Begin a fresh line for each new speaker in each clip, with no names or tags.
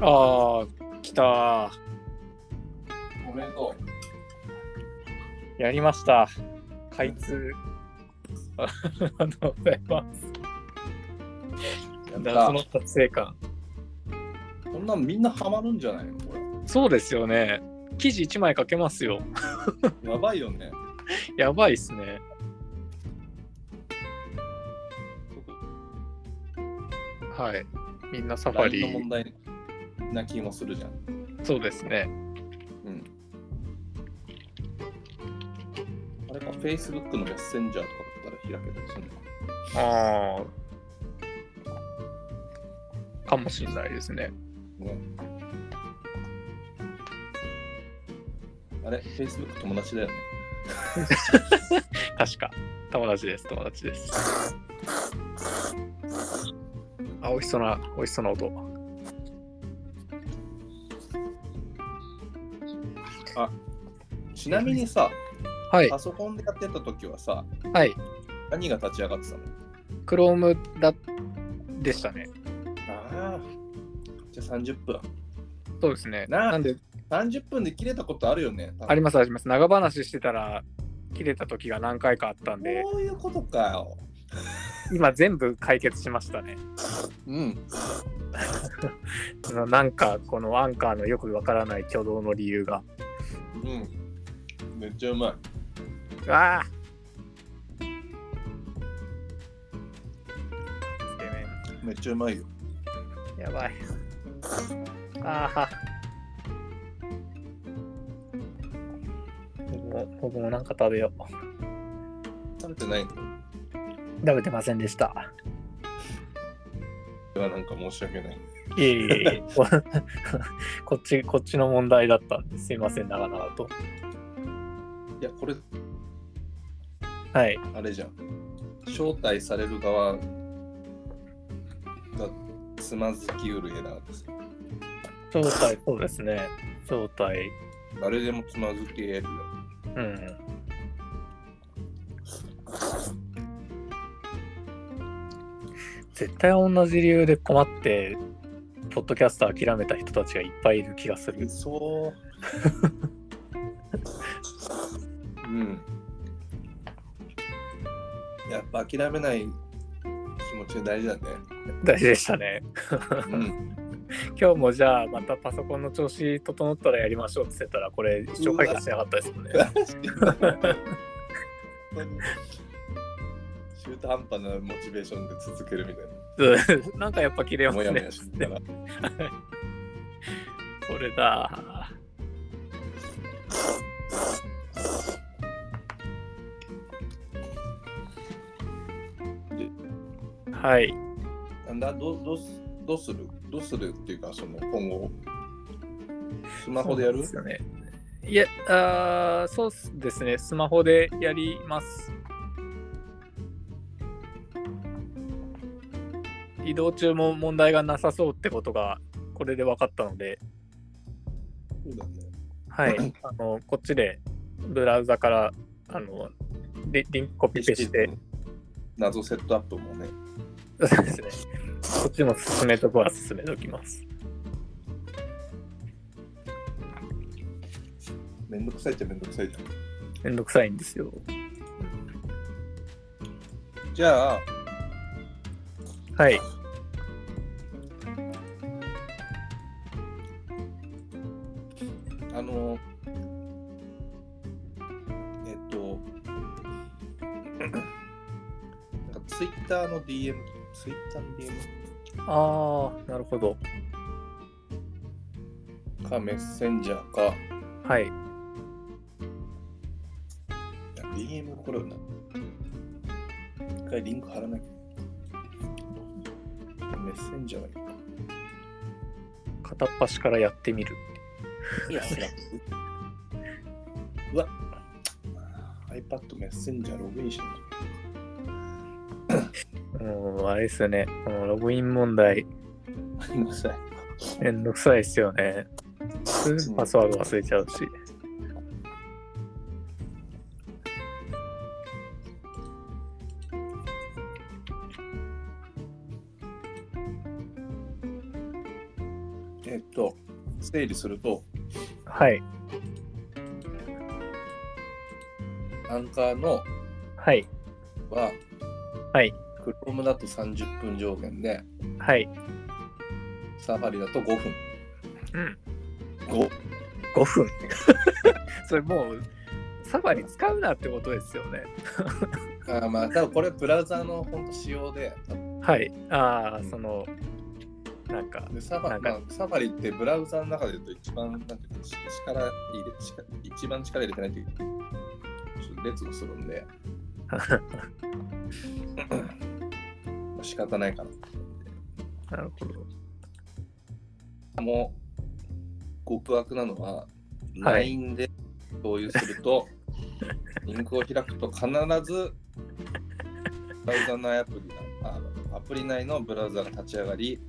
ああ、来た。
おめでと
やりました。開通。あ ありがとうございます。
う。
だ
や
そ
っ
の達成感。
たこんなんみんなハマるんじゃないのこ
そうですよね。記事1枚かけますよ。
れ。やばいよね。
やばいっすね。はい。みんなサファ
LINE の問
リ。
題な気もするじゃん。
そうですね。
うん。あれか、Facebook のメッセンジャーとかだったら開けたりするのか。
ああ。かもしれないですね。
ね。あれ、Facebook 友達だよね。
確か。友達です、友達です。あ、美味しそうな、美味しそうな音。
ちなみにさ、
はい、
パソコンでやってた時はさ、
はい。
何が立ち上がってたの
Chrome だ、でしたね。
ああ。じゃあ30分。
そうですね。
なあ
なんで、
30分で切れたことあるよね。多分
あります、あります。長話してたら、切れた時が何回かあったんで、
こういうことかよ。
今全部解決しましたね。
うん。
そのなんか、このアンカーのよくわからない挙動の理由が。
うん。めっちゃうまい。
ああつけ麺。
めっちゃうまいよ。
やばい。ああ。僕も僕もなんか食べよう。
食べてないの
食べてませんでした。
ではなんか申し訳ない。
いえいえ いえこっち、こっちの問題だったんですいません、長々と。
いや、これ、
はい。
あれじゃん。招待される側がつまずきうるエラーです。
招待、そうですね。招待。
誰でもつまずき得るよ。
うん。絶対同じ理由で困って、ポッドキャスト諦めた人たちがいっぱいいる気がする。
そう。うん。やっぱ諦めない気持ちが大事だね。
大事でしたね。
うん。
今日もじゃあまたパソコンの調子整ったらやりましょうって言ってたらこれ一生解決しなかったですもんね。
中途半端なモチベーションで続けるみたい
なんかやっぱ切れ
な。
ます
もやも
ね
や。しながら。
これだ。はい。
なんだどうどうすどうするどうするっていうか、その今後、スマホでやる
そうなんですよね。いや、あーそうですね。スマホでやります。移動中も問題がなさそうってことがこれで分かったので、
そうだね。
はい、あのこっちでブラウザからあのリリンクコピペして、
謎セットアップもね。
そうですね、こっちも進めとこは進めときます。
めんどくさいっちゃめんどくさいじゃん。
めんどくさいんですよ。
じゃあ、
はい、
あの、えっと、なんかツイッターの DM、ツイッターの DM
ああ、なるほど。
かメッセンジャーか、い
はい、
や DM これな、一回リンク貼らなきゃ。メッセンジャーがいいか。
片っ端からやってみる。
いや、うわ iPad メッセンジャーログインしない
うん、あれですよね。このログイン問題、
と。ごめんなさい。
めんどくさいですよね。すぐパスワード忘れちゃうし。
えっと、整理すると、
はい。
アンカーの
はい。
は、
はい。
Chrome だと30分上限で、
はい。
サファリだと5分。
うん。
5?
5分。 それもう、サファリ使うなってことですよね。
あーまあ、多分これブラウザーの本当仕様で、
はい。ああ、
うん
その、なんか、
でサファ
なん
リ、ま
か
あ、サファリってブラウザーの中で言うと一番、なんていうか、力入れ、力一番力入れてないというか、ちょっと列をするんで、まあ仕方ないかな。
なるほど。
もう極悪なのは、
はい
LINE で共有すると、リンクを開くと必ず、ブラウザ内アプリが、あアプリ内のブラウザが立ち上がり、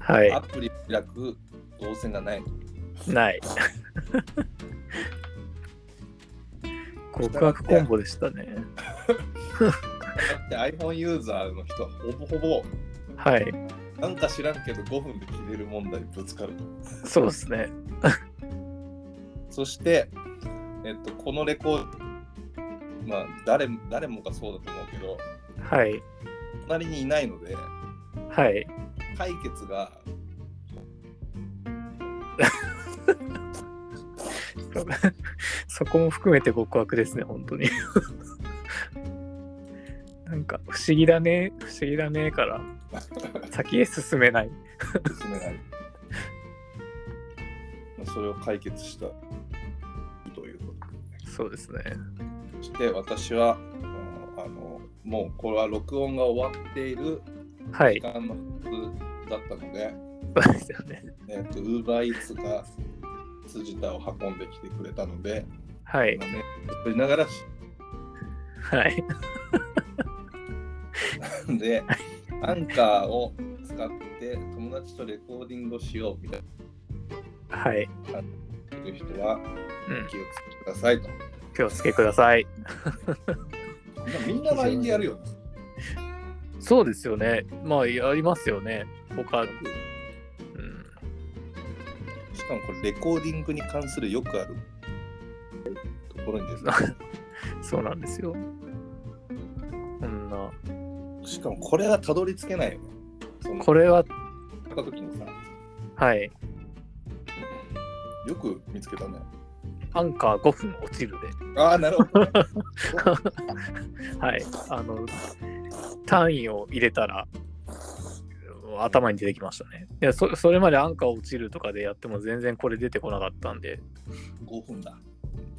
はい。
アプリを開く動線がない。
ない。極悪コンボでしたね。
だって iPhone ユーザーの人はほぼほぼ、
はい。
なんか知らんけど5分で切れる問題にぶつかる。
そうですね。
そして、えっと、このレコード、まあ誰も、誰もがそうだと思うけど、
はい。
隣にいないので、
はい。
解決が
そこも含めて極悪ですね、本当に。 なんか、不思議だね、不思議だねから、先へ進めない。
進めない。まあそれを解決したということ。
そうですね。
そして私は、あのあのもうこれは録音が終わっている
は
時
い。
間のだったので、
そうですよね。
えっと、ウーバーイーツが辻田を運んできてくれたので、
はい。
まあね、作りながらし
はい。
たんで、アンカーを使って友達とレコーディングをしようみたい
はい。
ないう人は
うん。
気をつけてくださいと。
気をつけください。
み んな LINE でやるよね。
そうですよね。まあ、やりますよね。他、うん。
しかもこれレコーディングに関するよくあるところにですね
そうなんですよ。こんな。
しかもこれはたどり着けないよねその
これは、
買った時にさ
はい。
よく見つけたね
アンカー5分落ちるで。
ああなるほど、ね、
はい。あの、単位を入れたら、頭に出てきましたね。いやそ、それまでアンカー落ちるとかでやっても全然これ出てこなかったんで、
5分だ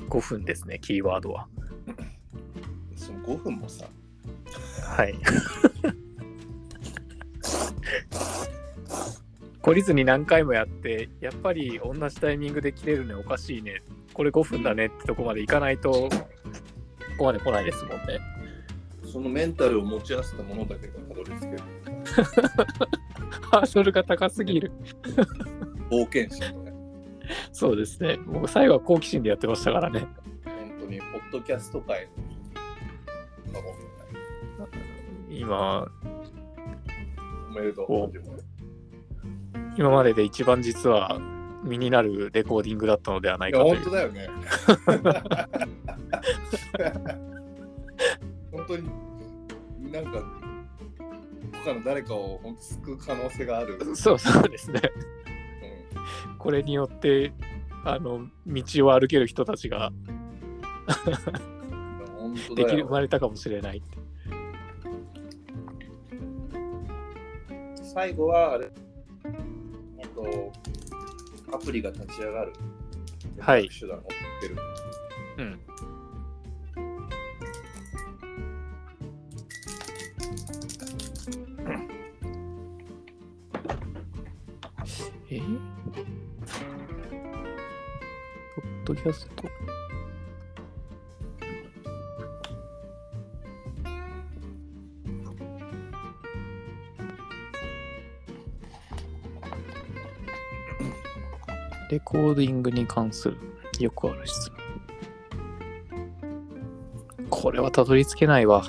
5分ですね、キーワードは。
その5分もさ
はい。 懲りずに何回もやって、やっぱり同じタイミングで切れるね、おかしいね、これ5分だねってとこまでいかないと、ここまで来ないですもんね。
そのメンタルを持ち合わせたものだけがたどり着ける
ハードルが高すぎる。
冒険心とね
そうですね。僕、最後は好奇心でやってましたからね。
本当にポッドキャスト界の5分だね
今、
おめでと
お
う自分
今までで一番実は身になるレコーディングだったのではないい
や
かと
本
い
当
う。
だよね 本当になんか他の誰かを本当救う可能性がある、うん
そうそうですね。これによって、あの、道を歩ける人たちが
いや本当
で
だ
きる生
よ
まれたかもしれない。
最後はあれえっとアプリが立ち上がる
はい
手段を持ってる
うん。えポッドキャストレコーディングに関するよくある質問これはたどり着けないわ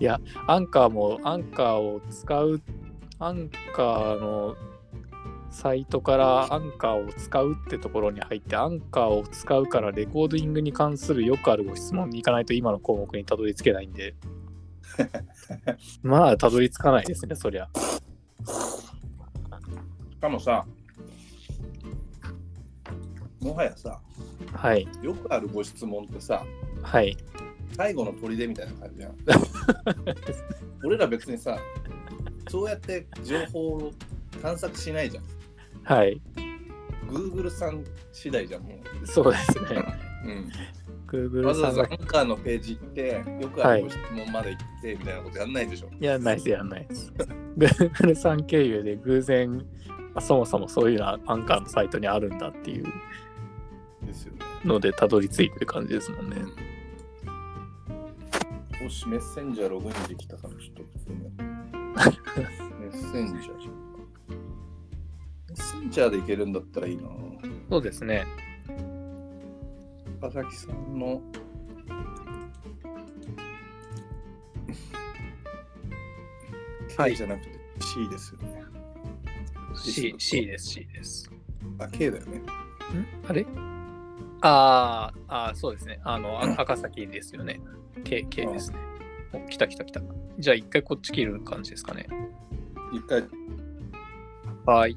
いやアンカーもアンカーを使うアンカーのサイトからアンカーを使うってところに入って、アンカーを使うからレコーディングに関するよくあるご質問に行かないと今の項目にたどり着けないん で。まあ、たどり着かないですね、そりゃ。
しかもさ、もはやさ、
はい、
よくあるご質問ってさ、
はい。
最後の砦みたいな感じじゃ ん。俺ら別にさ、そうやって情報を探索しないじゃん。
はい、
Google さん次第じゃん、もう。
そうですね。
うん、
Google
わざ
さ
わ
ん
ざア
が
ンカーのページ行って、よくあるご質問まで行ってみたいなことやんないでしょ。
やんないです、やんないです。Google さん経由で偶然、あそもそもそういうのはアンカーのサイトにあるんだっていう
ですよね。
ので、たどり着いてる感じですもんね。
うんよし、メッセンジャーログインできたから、ちょっと普通に やってメッセンジャー。メッセンジャーでいけるんだったらいいな。
そうですね。
高崎さんの。
は
K
い
じゃなくて C ですよね。
C, C です、C です。
あ、K だよね。
んあれあーあー、そうですね。あの、あ赤崎ですよね。K, K ですね。お、来た来た来た。じゃあ一回こっち切る感じですかね。
一回
はい。